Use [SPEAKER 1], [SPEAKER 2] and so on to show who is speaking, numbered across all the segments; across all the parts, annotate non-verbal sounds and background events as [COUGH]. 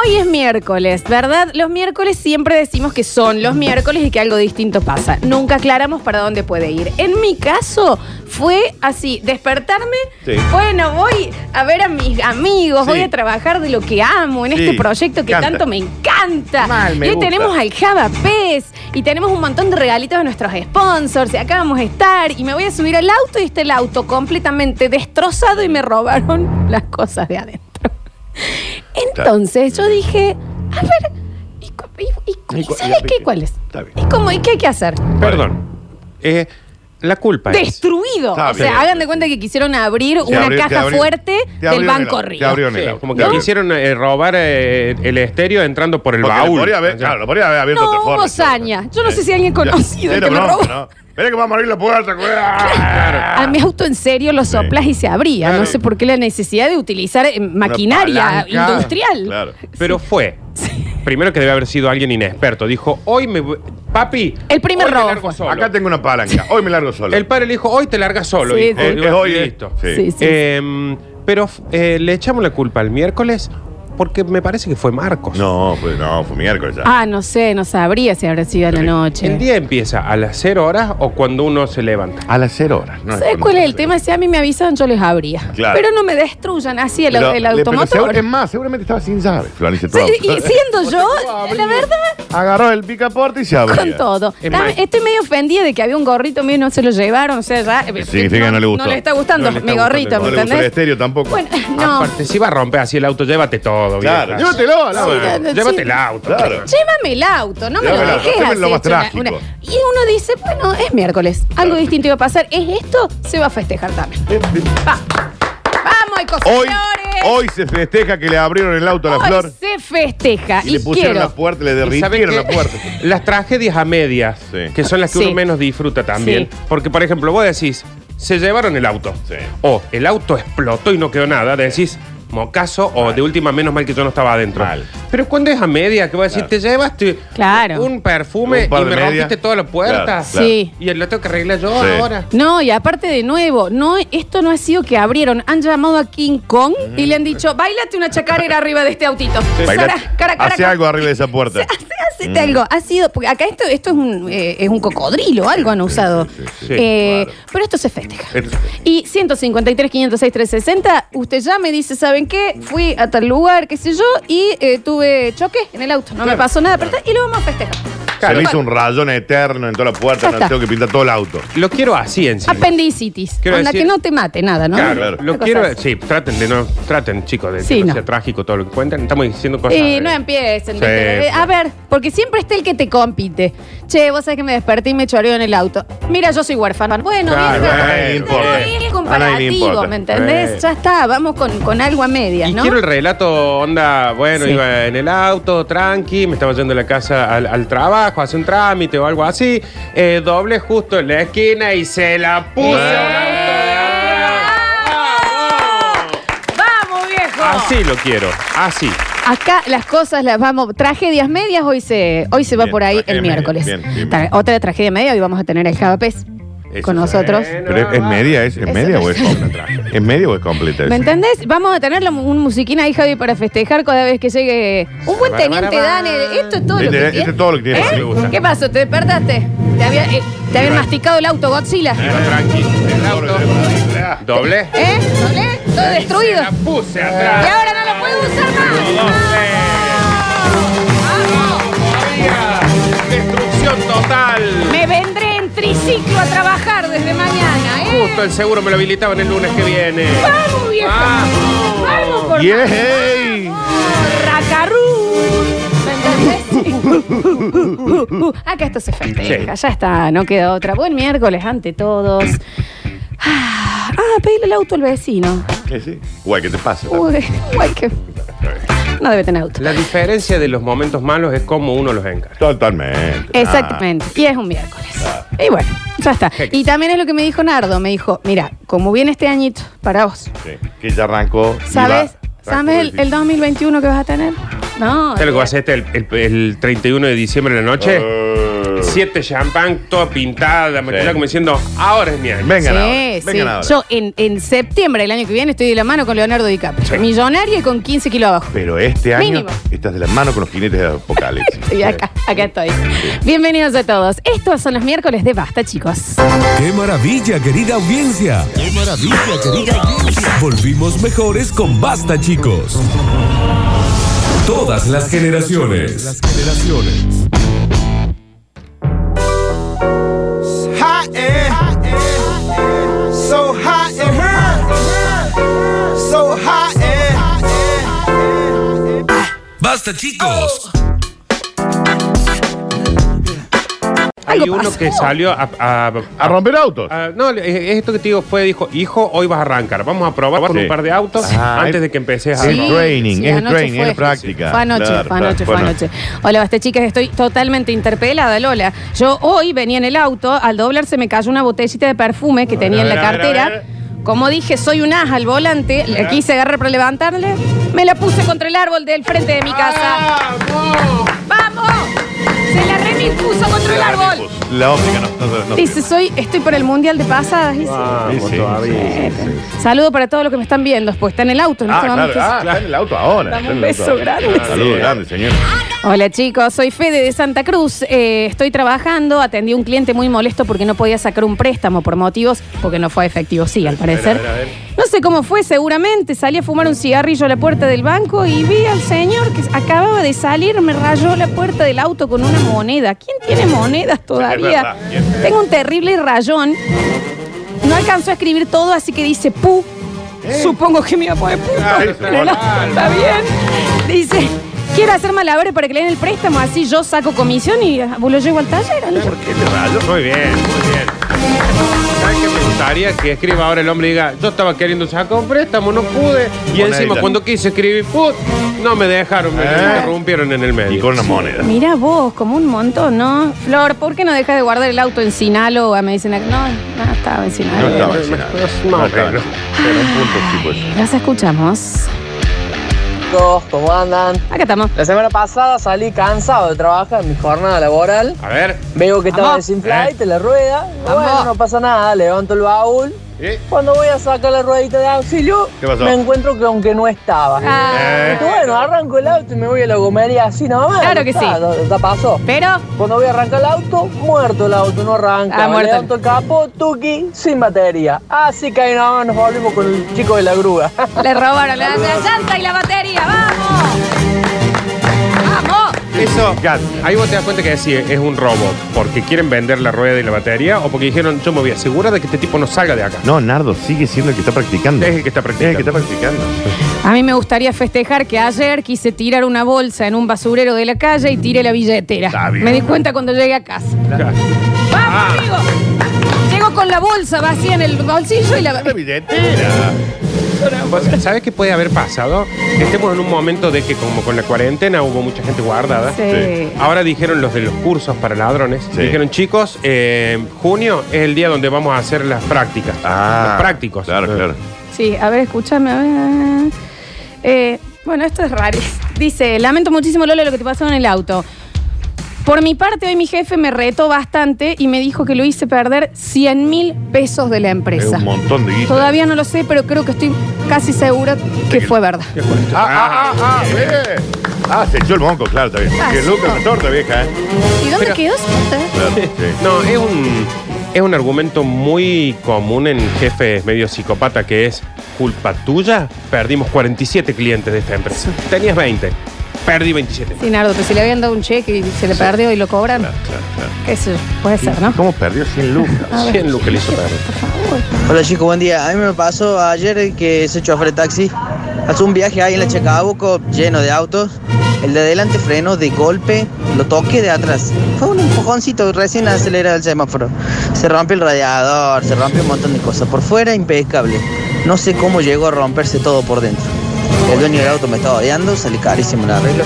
[SPEAKER 1] Hoy es miércoles, ¿verdad? Los miércoles siempre decimos que son los miércoles y que algo distinto pasa. Nunca aclaramos para dónde puede ir. En mi caso fue así, despertarme,
[SPEAKER 2] Sí.
[SPEAKER 1] bueno, voy a ver a mis amigos,
[SPEAKER 2] Sí.
[SPEAKER 1] voy a trabajar de lo que amo en
[SPEAKER 2] Sí,
[SPEAKER 1] este proyecto que
[SPEAKER 2] encanta.
[SPEAKER 1] tanto me encanta.
[SPEAKER 2] Mal, me
[SPEAKER 1] y hoy
[SPEAKER 2] gusta.
[SPEAKER 1] tenemos al Java Pez y tenemos un montón de regalitos de nuestros sponsors y acá vamos a estar y me voy a subir al auto y está el auto completamente destrozado y me robaron las cosas de adentro. Entonces yo dije, a ver, ¿y, cu- y- y-
[SPEAKER 2] ¿Y
[SPEAKER 1] y
[SPEAKER 2] cu-
[SPEAKER 1] sabes
[SPEAKER 2] y-
[SPEAKER 1] qué? ¿Cuál es?
[SPEAKER 2] Está bien.
[SPEAKER 1] ¿Y cómo? ¿Y qué hay que hacer?
[SPEAKER 3] Perdón. Eh, la culpa es.
[SPEAKER 1] Destruido.
[SPEAKER 2] Está
[SPEAKER 1] o sea,
[SPEAKER 2] bien.
[SPEAKER 1] hagan de cuenta que quisieron abrir
[SPEAKER 2] Te
[SPEAKER 1] una
[SPEAKER 2] abrió- te
[SPEAKER 1] caja
[SPEAKER 2] abrió-
[SPEAKER 1] fuerte
[SPEAKER 2] te
[SPEAKER 1] del
[SPEAKER 2] abrieron el
[SPEAKER 1] Banco
[SPEAKER 2] auto,
[SPEAKER 1] Río.
[SPEAKER 2] Te abrieron
[SPEAKER 3] Sí,
[SPEAKER 2] el auto.
[SPEAKER 3] como que
[SPEAKER 2] ¿No?
[SPEAKER 3] quisieron eh, robar eh, el estéreo entrando por el
[SPEAKER 2] Porque
[SPEAKER 3] baúl.
[SPEAKER 2] lo podría haber-
[SPEAKER 3] O sea,
[SPEAKER 2] claro, lo podría haber abierto
[SPEAKER 1] No,
[SPEAKER 2] otra
[SPEAKER 1] hubo
[SPEAKER 2] forma.
[SPEAKER 1] saña. Yo no sé si alguien
[SPEAKER 2] Ya.
[SPEAKER 1] conocido
[SPEAKER 2] Era
[SPEAKER 1] que me
[SPEAKER 2] bronca,
[SPEAKER 1] robó. Ah,
[SPEAKER 2] ¿no? Mirá que vamos a abrir la puerta.
[SPEAKER 1] A mi auto en serio lo soplas y se abría.
[SPEAKER 3] Claro.
[SPEAKER 1] No sé por qué la necesidad de utilizar eh, maquinaria
[SPEAKER 3] palanca.
[SPEAKER 1] industrial.
[SPEAKER 2] Claro.
[SPEAKER 3] Pero fue. Primero que debe haber sido alguien inexperto. Dijo, hoy me. voy- Papi.
[SPEAKER 1] El primer
[SPEAKER 3] hoy me
[SPEAKER 1] robo
[SPEAKER 3] largo
[SPEAKER 1] fue.
[SPEAKER 3] solo.
[SPEAKER 2] Acá tengo una palanca. Hoy me largo solo.
[SPEAKER 3] El padre le dijo, hoy te largas solo.
[SPEAKER 1] Sí,
[SPEAKER 3] hijo.
[SPEAKER 1] sí.
[SPEAKER 3] Digo,
[SPEAKER 2] Es hoy, eh.
[SPEAKER 3] Listo.
[SPEAKER 2] Sí.
[SPEAKER 1] Sí, sí.
[SPEAKER 3] Eh, pero f- eh, le echamos la culpa al miércoles porque me parece que fue Marcos.
[SPEAKER 2] No, fue, no, fue miércoles ya.
[SPEAKER 1] Ah, no sé, no sabría si habrá sido a la
[SPEAKER 2] Sí.
[SPEAKER 1] noche.
[SPEAKER 3] El día empieza a las 0 horas o cuando uno se levanta.
[SPEAKER 2] A las cero horas. No
[SPEAKER 1] ¿Sabes cuál es el tema? Si a mí me avisan, yo les abría.
[SPEAKER 2] Claro.
[SPEAKER 1] Pero no me destruyan así el,
[SPEAKER 2] Pero-
[SPEAKER 1] el
[SPEAKER 2] le- pero
[SPEAKER 1] automotor.
[SPEAKER 2] seguro- es más, seguramente estaba sin llave. Florencia
[SPEAKER 1] Sí,
[SPEAKER 2] Trump.
[SPEAKER 1] y
[SPEAKER 2] [LAUGHS]
[SPEAKER 1] siendo yo, la verdad,
[SPEAKER 2] Agarró el picaporte y se abrió.
[SPEAKER 1] con todo.
[SPEAKER 3] Es
[SPEAKER 1] Dame-
[SPEAKER 3] más.
[SPEAKER 1] Estoy medio ofendida de que había un gorrito mío y no se lo llevaron. O sea, ya. eh,
[SPEAKER 2] Significa que no le gustó.
[SPEAKER 1] No le está gustando
[SPEAKER 3] No le está
[SPEAKER 1] mi
[SPEAKER 3] gustando
[SPEAKER 1] gorrito,
[SPEAKER 3] el
[SPEAKER 2] No
[SPEAKER 1] ¿me
[SPEAKER 2] le gustó el
[SPEAKER 1] entendés?
[SPEAKER 2] estéreo tampoco.
[SPEAKER 1] Bueno, no.
[SPEAKER 3] Aparte, si va a romper así el auto, llévate todo.
[SPEAKER 2] claro,
[SPEAKER 3] vieja.
[SPEAKER 2] llévatelo. la
[SPEAKER 3] Ah, bueno,
[SPEAKER 2] verdad.
[SPEAKER 1] Sí,
[SPEAKER 3] llévate
[SPEAKER 1] sí.
[SPEAKER 3] el auto.
[SPEAKER 2] Claro.
[SPEAKER 1] Llévame el auto, no me
[SPEAKER 2] Llévame el
[SPEAKER 1] lo
[SPEAKER 2] auto,
[SPEAKER 1] dejes
[SPEAKER 2] llévame
[SPEAKER 1] así.
[SPEAKER 2] lo más
[SPEAKER 1] hecho una-
[SPEAKER 2] trágico.
[SPEAKER 1] una- Y uno dice, bueno, es miércoles, algo distinto iba a pasar. ¿Es esto? Se va a festejar también. Va. Vamos,
[SPEAKER 2] Hoy,
[SPEAKER 1] cocinadores.
[SPEAKER 2] hoy se festeja que le abrieron el auto a la
[SPEAKER 1] Hoy
[SPEAKER 2] flor.
[SPEAKER 1] se festeja.
[SPEAKER 2] Y
[SPEAKER 1] Y,
[SPEAKER 2] le pusieron
[SPEAKER 1] quiero.
[SPEAKER 2] la puerta, le
[SPEAKER 3] Y saben
[SPEAKER 2] derritieron
[SPEAKER 3] que
[SPEAKER 2] la
[SPEAKER 3] [LAUGHS]
[SPEAKER 2] puerta.
[SPEAKER 3] Las tragedias a medias,
[SPEAKER 2] Sí.
[SPEAKER 3] que son las que
[SPEAKER 1] Sí.
[SPEAKER 3] uno menos disfruta también.
[SPEAKER 1] Sí.
[SPEAKER 3] Porque, por ejemplo, vos decís, se llevaron el auto.
[SPEAKER 2] Sí.
[SPEAKER 3] O el auto explotó y no quedó nada. Decís, mocaso, o de última, menos mal que yo no estaba adentro.
[SPEAKER 2] Mal.
[SPEAKER 3] Pero cuando es a media, que vos decís,
[SPEAKER 2] Claro.
[SPEAKER 3] te llevaste
[SPEAKER 1] Claro.
[SPEAKER 3] un perfume
[SPEAKER 2] Un par
[SPEAKER 3] y
[SPEAKER 2] de
[SPEAKER 3] me
[SPEAKER 2] medias.
[SPEAKER 3] rompiste toda la puerta.
[SPEAKER 2] Claro,
[SPEAKER 1] claro. Sí.
[SPEAKER 3] Y lo tengo que arreglar yo
[SPEAKER 2] Sí.
[SPEAKER 3] ahora.
[SPEAKER 1] No, y aparte de nuevo, no, esto no ha sido que abrieron. Han llamado a King Kong y
[SPEAKER 2] Mm.
[SPEAKER 1] le han dicho, bailate una chacarera arriba de este autito.
[SPEAKER 2] Bailá-
[SPEAKER 1] Sara, cara, cara,
[SPEAKER 2] Hace
[SPEAKER 1] cara.
[SPEAKER 2] algo arriba de esa puerta. Mm.
[SPEAKER 1] Hacete algo. Ha sido. Porque acá esto, esto es un, eh, es un cocodrilo, algo han usado.
[SPEAKER 2] sí, sí, sí,
[SPEAKER 1] Eh,
[SPEAKER 2] claro.
[SPEAKER 1] Pero esto se festeja.
[SPEAKER 2] Esto se festeja.
[SPEAKER 1] Y 153, 506, 360, usted ya me dice, ¿saben qué? Fui a tal lugar, qué sé yo, y eh, tuve choque en el auto. No me pasó nada, pero está- y lo vamos a festejar.
[SPEAKER 2] Se le
[SPEAKER 1] Bueno,
[SPEAKER 2] hizo un rayón eterno en toda la puerta.
[SPEAKER 1] Ya
[SPEAKER 2] No
[SPEAKER 1] está.
[SPEAKER 2] tengo que pintar todo el auto.
[SPEAKER 3] Lo quiero así en sí.
[SPEAKER 1] Apendicitis.
[SPEAKER 3] Quiero
[SPEAKER 1] Onda
[SPEAKER 3] decir-
[SPEAKER 1] que no te mate nada, ¿no?
[SPEAKER 3] Claro,
[SPEAKER 2] Claro.
[SPEAKER 3] lo
[SPEAKER 1] Una cosa
[SPEAKER 3] quiero.
[SPEAKER 1] así.
[SPEAKER 3] Sí, traten de no. Traten, chicos, de
[SPEAKER 1] Sí,
[SPEAKER 3] que no,
[SPEAKER 1] no.
[SPEAKER 3] sea trágico todo lo que cuentan. Estamos diciendo cosas.
[SPEAKER 1] Y
[SPEAKER 3] eh,
[SPEAKER 1] no empiecen.
[SPEAKER 3] Sí,
[SPEAKER 1] ¿viste? Eh, a ver, porque siempre está el que te compite. Che, vos sabés que me desperté y me choreo en el auto. Mira, yo soy huérfano. Bueno,
[SPEAKER 3] Claro,
[SPEAKER 1] vieja,
[SPEAKER 2] a nadie le
[SPEAKER 1] pero
[SPEAKER 2] importa.
[SPEAKER 1] es el
[SPEAKER 2] A nadie le
[SPEAKER 1] comparativo,
[SPEAKER 2] importa.
[SPEAKER 1] ¿me entendés?
[SPEAKER 3] Eh.
[SPEAKER 1] Ya está, vamos con, con algo a medias,
[SPEAKER 3] Y
[SPEAKER 1] ¿no?
[SPEAKER 3] quiero el relato, onda, bueno,
[SPEAKER 1] Sí.
[SPEAKER 3] iba en el auto, tranqui, me estaba yendo a la casa al, al trabajo, hace un trámite o algo así, eh, doble justo en la esquina y se la puse a un auto de atrás.
[SPEAKER 1] ¡Vamos! ¡Vamos, viejo!
[SPEAKER 3] Así lo quiero, así.
[SPEAKER 1] Acá las cosas las vamos. Tragedias medias, hoy se, hoy se va
[SPEAKER 2] Bien,
[SPEAKER 1] por ahí
[SPEAKER 2] tragedia
[SPEAKER 1] el
[SPEAKER 2] media,
[SPEAKER 1] miércoles.
[SPEAKER 2] bien, bien.
[SPEAKER 1] Ta- Otra tragedia media, hoy vamos a tener el Javapés
[SPEAKER 2] Eso
[SPEAKER 1] con
[SPEAKER 2] sí.
[SPEAKER 1] nosotros.
[SPEAKER 3] Bueno,
[SPEAKER 2] Pero es, es media, es, es
[SPEAKER 1] Eso
[SPEAKER 2] media
[SPEAKER 1] no
[SPEAKER 2] o es
[SPEAKER 1] sé.
[SPEAKER 2] completa. ¿Es media o es completa? eso?
[SPEAKER 1] ¿Me entendés? Vamos a tener la mu- un musiquín ahí, Javi, para festejar cada vez que llegue un buen
[SPEAKER 3] Bara,
[SPEAKER 1] teniente
[SPEAKER 3] bara,
[SPEAKER 1] Dan.
[SPEAKER 3] bara.
[SPEAKER 1] eh, Esto es todo lo
[SPEAKER 2] Este-
[SPEAKER 1] que
[SPEAKER 2] este
[SPEAKER 1] tiene.
[SPEAKER 2] es todo lo que tiene,
[SPEAKER 1] ¿Eh?
[SPEAKER 2] sí, me gusta.
[SPEAKER 1] ¿Qué pasó? ¿Te despertaste? Te, había- eh, te habían masticado el auto, Godzilla.
[SPEAKER 3] Iba tranqui, en el auto, doble.
[SPEAKER 1] ¿Eh? ¿Olé? Todo destruido.
[SPEAKER 3] Se la puse
[SPEAKER 1] Y
[SPEAKER 3] atrás.
[SPEAKER 1] ahora no lo puedo usar más. ¡Vamos!
[SPEAKER 3] Había Destrucción total.
[SPEAKER 1] Me vendré en triciclo a trabajar desde mañana, ¿eh?
[SPEAKER 3] Justo el seguro me lo habilitaban el lunes que viene.
[SPEAKER 1] ¡Vamos, viejo!
[SPEAKER 3] Vamos.
[SPEAKER 1] ¡Vamos, por más!
[SPEAKER 2] ¡Yey!
[SPEAKER 1] Racarún. ¿Me entendés? Uh, uh, Acá esto se festeja, ya está, no queda otra. Buen miércoles ante todos. Ah, ah, pedile el auto al vecino.
[SPEAKER 2] ¿Qué sí? Guay, ¿qué te pasa?
[SPEAKER 1] Uy, guay que no debe tener auto.
[SPEAKER 3] La diferencia de los momentos malos es cómo uno los encara.
[SPEAKER 2] Totalmente. Ah,
[SPEAKER 1] Exactamente, y es un miércoles. Y bueno, ya está. Y también es lo que me dijo Nardo, me dijo, mira, como viene este añito para vos,
[SPEAKER 2] Ah, sí. Que ya arrancó. y
[SPEAKER 1] ¿sabes?
[SPEAKER 2] va.
[SPEAKER 1] ¿Sabes el, el 2021 que vas a tener? No.
[SPEAKER 3] ¿Sabes lo que va a hacer este el, el- el 31 de diciembre de la noche?
[SPEAKER 2] Eh,
[SPEAKER 3] siete champán, todo pintada, la mochila como diciendo, ahora es mi año.
[SPEAKER 2] Vengan ahora.
[SPEAKER 1] Sí, sí.
[SPEAKER 2] Vengan ahora.
[SPEAKER 1] Yo en, en septiembre del año que viene estoy de la mano con Leonardo DiCaprio. Millonaria y con 15 kilos abajo.
[SPEAKER 2] Pero este año
[SPEAKER 1] Mínimo.
[SPEAKER 2] estás de la mano con los jinetes de Apocalipsis.
[SPEAKER 1] [LAUGHS] Y acá, acá estoy. Bienvenidos a todos. Estos son los miércoles de Basta, chicos.
[SPEAKER 4] ¡Qué maravilla, querida audiencia! ¡Qué maravilla, querida audiencia! Volvimos mejores con Basta, chicos. Todas las generaciones. Las generaciones.
[SPEAKER 5] hot air. So hot in here. So hot air.
[SPEAKER 4] ¡Basta, chicos!
[SPEAKER 3] Hay
[SPEAKER 1] Algo
[SPEAKER 3] uno
[SPEAKER 1] pasó.
[SPEAKER 3] que salió a, a-
[SPEAKER 2] A romper autos.
[SPEAKER 3] a- no, eh, esto que te digo fue, dijo, hijo, hoy vas a arrancar, vamos a probar con
[SPEAKER 2] Sí.
[SPEAKER 3] un par de autos
[SPEAKER 2] Ah,
[SPEAKER 3] antes
[SPEAKER 2] es-
[SPEAKER 3] de que empeces a
[SPEAKER 2] Sí.
[SPEAKER 3] armar.
[SPEAKER 2] training, es
[SPEAKER 1] anoche
[SPEAKER 2] training, es práctica.
[SPEAKER 1] Fue anoche,
[SPEAKER 2] Claro,
[SPEAKER 1] fue anoche,
[SPEAKER 2] claro,
[SPEAKER 1] fue
[SPEAKER 2] fue
[SPEAKER 1] anoche. Hola, basta chicas, estoy totalmente interpelada, Lola. Yo hoy venía en el auto, al doblar se me cayó una botellita de perfume que tenía en
[SPEAKER 3] ver,
[SPEAKER 1] la
[SPEAKER 3] a ver, a
[SPEAKER 1] cartera. Como dije, soy un as al volante, la quise agarrar para levantarle, me la puse contra el árbol del frente de mi casa.
[SPEAKER 3] ¡Vamos!
[SPEAKER 1] ¡Vamos! Se la remil puso contra el árbol.
[SPEAKER 2] La óptica no. no, Ah, no.
[SPEAKER 1] Dice, soy, estoy por el mundial de pasadas. dice.
[SPEAKER 3] Ah.
[SPEAKER 2] Sí, sí,
[SPEAKER 3] Vamos todavía.
[SPEAKER 2] sí, sí, sí.
[SPEAKER 1] Saludo para todos los que me están viendo, pues están en el auto en
[SPEAKER 2] Ah,
[SPEAKER 1] este
[SPEAKER 2] claro,
[SPEAKER 1] momento.
[SPEAKER 2] ah, está en el auto ahora.
[SPEAKER 1] Dame
[SPEAKER 2] está
[SPEAKER 1] un
[SPEAKER 2] en el auto
[SPEAKER 1] beso
[SPEAKER 2] ahora.
[SPEAKER 1] grande.
[SPEAKER 2] Saludos grandes, señor.
[SPEAKER 1] Hola chicos, soy Fede de Santa Cruz. Eh, estoy trabajando, atendí a un cliente muy molesto porque no podía sacar un préstamo por motivos, porque no fue efectivo, sí, al parecer.
[SPEAKER 3] a ver, a ver.
[SPEAKER 1] No sé cómo fue, seguramente salí a fumar un cigarrillo a la puerta del banco y vi al señor que acababa de salir, me rayó la puerta del auto con una moneda. ¿Quién tiene monedas
[SPEAKER 2] es
[SPEAKER 1] todavía?
[SPEAKER 2] verdad, ¿quién?
[SPEAKER 1] Tengo un terrible rayón. No alcanzó a escribir todo, así que dice pu.
[SPEAKER 3] ¿Eh?
[SPEAKER 1] Supongo que me iba a poner punto.
[SPEAKER 2] Ay,
[SPEAKER 1] [LAUGHS] Pero no,
[SPEAKER 3] bueno.
[SPEAKER 1] está bien. Dice, quiero hacer malabares para que le den el préstamo, así yo saco comisión y ah, vos lo llevo al taller. Ale.
[SPEAKER 2] ¿Por qué te rayó?
[SPEAKER 3] Muy bien, muy bien. ¿Saben qué me gustaría? Que escriba ahora el hombre y diga, yo estaba queriendo sacar un préstamo, no pude. Y
[SPEAKER 2] Monedita.
[SPEAKER 3] encima cuando quise escribir, put, no me dejaron, me
[SPEAKER 2] Eh.
[SPEAKER 3] interrumpieron en el
[SPEAKER 2] Y
[SPEAKER 3] medio.
[SPEAKER 2] con una moneda.
[SPEAKER 1] Mira vos, como un montón, ¿no? Flor, ¿por qué no dejas de guardar el auto en Sinaloa? Me dicen, acá. no, no estaba en
[SPEAKER 2] No
[SPEAKER 3] [LAUGHS]
[SPEAKER 1] Sinaloa.
[SPEAKER 2] estaba vacunado. No estaba vacunado. Pero un punto, tipo eso.
[SPEAKER 1] Las escuchamos.
[SPEAKER 6] chicos, ¿cómo andan?
[SPEAKER 1] Acá estamos.
[SPEAKER 6] La semana pasada salí cansado de trabajar en mi jornada laboral.
[SPEAKER 3] A ver.
[SPEAKER 6] Veo que estaba
[SPEAKER 1] Vamos.
[SPEAKER 6] desinflada y te la rueda.
[SPEAKER 1] Vamos.
[SPEAKER 6] Bueno, no pasa nada, levanto el baúl.
[SPEAKER 3] Eh,
[SPEAKER 6] Cuando voy a sacar la ruedita de auxilio,
[SPEAKER 2] ¿Qué pasó?
[SPEAKER 6] me encuentro con que no estaba.
[SPEAKER 1] Ah,
[SPEAKER 2] Eh.
[SPEAKER 6] Y bueno, arranco el auto y me voy a la gomería así nomás.
[SPEAKER 1] Claro que
[SPEAKER 6] Ya
[SPEAKER 1] sí.
[SPEAKER 6] está, Ya pasó.
[SPEAKER 1] pero,
[SPEAKER 6] Cuando voy a arrancar el auto, muerto el auto, no arranca.
[SPEAKER 1] Ah, muerto.
[SPEAKER 6] Levanto el capó, tuki, sin batería. Así que ahí nomás nos volvimos con el chico de la grúa.
[SPEAKER 1] le robaron la, la llanta y la batería. ¡Vamos! ¡Vamos!
[SPEAKER 3] Eso.
[SPEAKER 2] Gas.
[SPEAKER 3] Ahí vos te das cuenta que sí, es un robo. Porque quieren vender la rueda y la batería o porque dijeron, yo me voy a asegurar de que este tipo no salga de acá.
[SPEAKER 2] No, Nardo sigue siendo el que está practicando.
[SPEAKER 3] Es el que está practicando.
[SPEAKER 2] Es el que está practicando.
[SPEAKER 1] A mí me gustaría festejar que ayer quise tirar una bolsa en un basurero de la calle y tiré la billetera.
[SPEAKER 2] Está bien.
[SPEAKER 1] Me di cuenta cuando llegué a casa.
[SPEAKER 3] Claro.
[SPEAKER 1] ¡Vamos,
[SPEAKER 2] Ah.
[SPEAKER 1] amigo! Llego con la bolsa vacía en el bolsillo y la.
[SPEAKER 2] Una billetera.
[SPEAKER 3] Vos, ¿Sabes qué puede haber pasado? Que estemos en un momento de que como con la cuarentena hubo mucha gente guardada.
[SPEAKER 1] Sí.
[SPEAKER 3] Ahora dijeron los de los cursos para ladrones.
[SPEAKER 2] Sí.
[SPEAKER 3] Dijeron, chicos, eh, junio es el día donde vamos a hacer las prácticas.
[SPEAKER 2] Ah.
[SPEAKER 3] los prácticos.
[SPEAKER 2] Claro,
[SPEAKER 3] Eh.
[SPEAKER 2] claro.
[SPEAKER 1] Sí, a ver, escúchame. a ver, a ver. Eh, bueno, esto es raro. Dice, lamento muchísimo, Lola, lo que te pasó en el auto. Por mi parte, hoy mi jefe me retó bastante y me dijo que lo hice perder 100 mil pesos de la
[SPEAKER 2] Es
[SPEAKER 1] empresa.
[SPEAKER 2] un montón de guita.
[SPEAKER 1] Todavía no lo sé, pero creo que estoy casi segura que fue verdad.
[SPEAKER 3] Qué fuerte.
[SPEAKER 2] Ah, ah, ah, ah, bien. Ah, se echó el monco, claro, está bien.
[SPEAKER 1] Ah,
[SPEAKER 2] Que
[SPEAKER 1] sí.
[SPEAKER 2] Lucas la torta, vieja, ¿eh?
[SPEAKER 1] ¿Y dónde
[SPEAKER 3] Pero-
[SPEAKER 1] quedó eh? esa nota?
[SPEAKER 2] Claro, sí.
[SPEAKER 3] No, es un, es un argumento muy común en jefes medio psicopata que es culpa tuya, perdimos 47 clientes de esta empresa. Tenías 20, perdí 27.
[SPEAKER 1] Sí, Nardo, pero si le habían dado un cheque y se le perdió y lo cobran,
[SPEAKER 2] Claro, claro, claro.
[SPEAKER 1] eso puede ser, ¿no?
[SPEAKER 2] ¿Cómo perdió 100 lucas?
[SPEAKER 3] 100 lucas le hizo perder.
[SPEAKER 7] Hola chicos, buen día. A mí me pasó ayer que ese chofer de taxi hace un viaje ahí en la Chacabuco lleno de autos. El de adelante frenó de golpe, lo toqué de atrás. Fue un empujoncito, recién acelera el semáforo. Se rompe el radiador, se rompe un montón de cosas. Por fuera impecable. No sé cómo llegó a romperse todo por dentro. El dueño del auto me estaba odiando, salí carísimo el arreglo.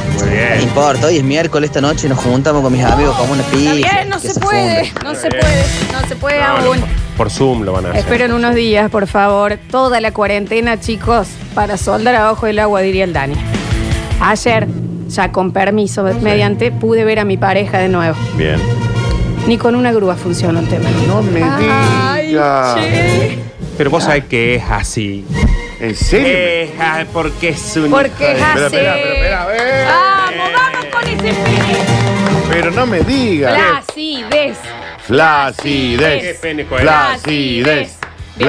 [SPEAKER 7] No importa, hoy es miércoles, esta noche nos juntamos con mis amigos, como una pizza.
[SPEAKER 1] Está bien, no
[SPEAKER 7] que
[SPEAKER 1] se
[SPEAKER 7] funde.
[SPEAKER 1] puede, no se puede, no se puede
[SPEAKER 3] No,
[SPEAKER 1] aún.
[SPEAKER 3] no, por Zoom lo van a hacer.
[SPEAKER 1] Espero en unos días, por favor, toda la cuarentena, chicos, para soldar abajo del agua, diría el Dani. Ayer, ya con permiso, mediante, pude ver a mi pareja de nuevo.
[SPEAKER 2] Bien.
[SPEAKER 1] Ni con una grúa funciona el tema.
[SPEAKER 2] No me
[SPEAKER 1] Ay,
[SPEAKER 2] digas.
[SPEAKER 1] che.
[SPEAKER 3] Pero vos sabés que es así.
[SPEAKER 2] ¿En serio?
[SPEAKER 3] Es ah, porque es un.
[SPEAKER 1] Porque es
[SPEAKER 2] Espera,
[SPEAKER 1] así.
[SPEAKER 2] espera, espera, espera, a ver.
[SPEAKER 1] Vamos, vamos con ese fin.
[SPEAKER 2] Pero no me digas.
[SPEAKER 1] Placidez.
[SPEAKER 2] Flacidez.
[SPEAKER 3] Qué pene, coel.
[SPEAKER 2] Flacidez.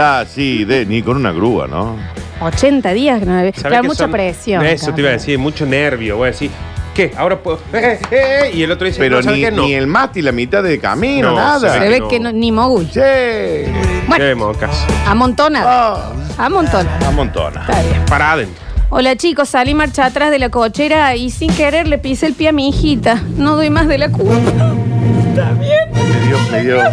[SPEAKER 2] Flacidez. Ni con una grúa, ¿no?
[SPEAKER 1] 80 días que no había.
[SPEAKER 3] ¿Sabés
[SPEAKER 1] Claro,
[SPEAKER 3] que
[SPEAKER 1] mucha
[SPEAKER 3] son-
[SPEAKER 1] presión.
[SPEAKER 3] Eso te iba a decir, mucho nervio. Voy a decir, ¿qué? Ahora puedo. [LAUGHS] eh, eh, eh, y el otro dice,
[SPEAKER 2] Pero
[SPEAKER 3] no, ¿sabes
[SPEAKER 2] ni,
[SPEAKER 3] qué? no.
[SPEAKER 2] ni el mati la mitad de camino,
[SPEAKER 3] No,
[SPEAKER 2] nada.
[SPEAKER 3] se
[SPEAKER 1] Se ve
[SPEAKER 3] Ah, no.
[SPEAKER 1] que no- ni mogul.
[SPEAKER 2] Che.
[SPEAKER 1] Bueno.
[SPEAKER 3] Qué mocas.
[SPEAKER 1] Amontonada.
[SPEAKER 2] Ah,
[SPEAKER 1] Amontonada.
[SPEAKER 2] amontona.
[SPEAKER 1] Está bien.
[SPEAKER 3] Para adentro.
[SPEAKER 1] Hola chicos, salí marcha atrás de la cochera y sin querer le pisé el pie a mi hijita. No doy más de la culpa.
[SPEAKER 2] Me dio, me dio.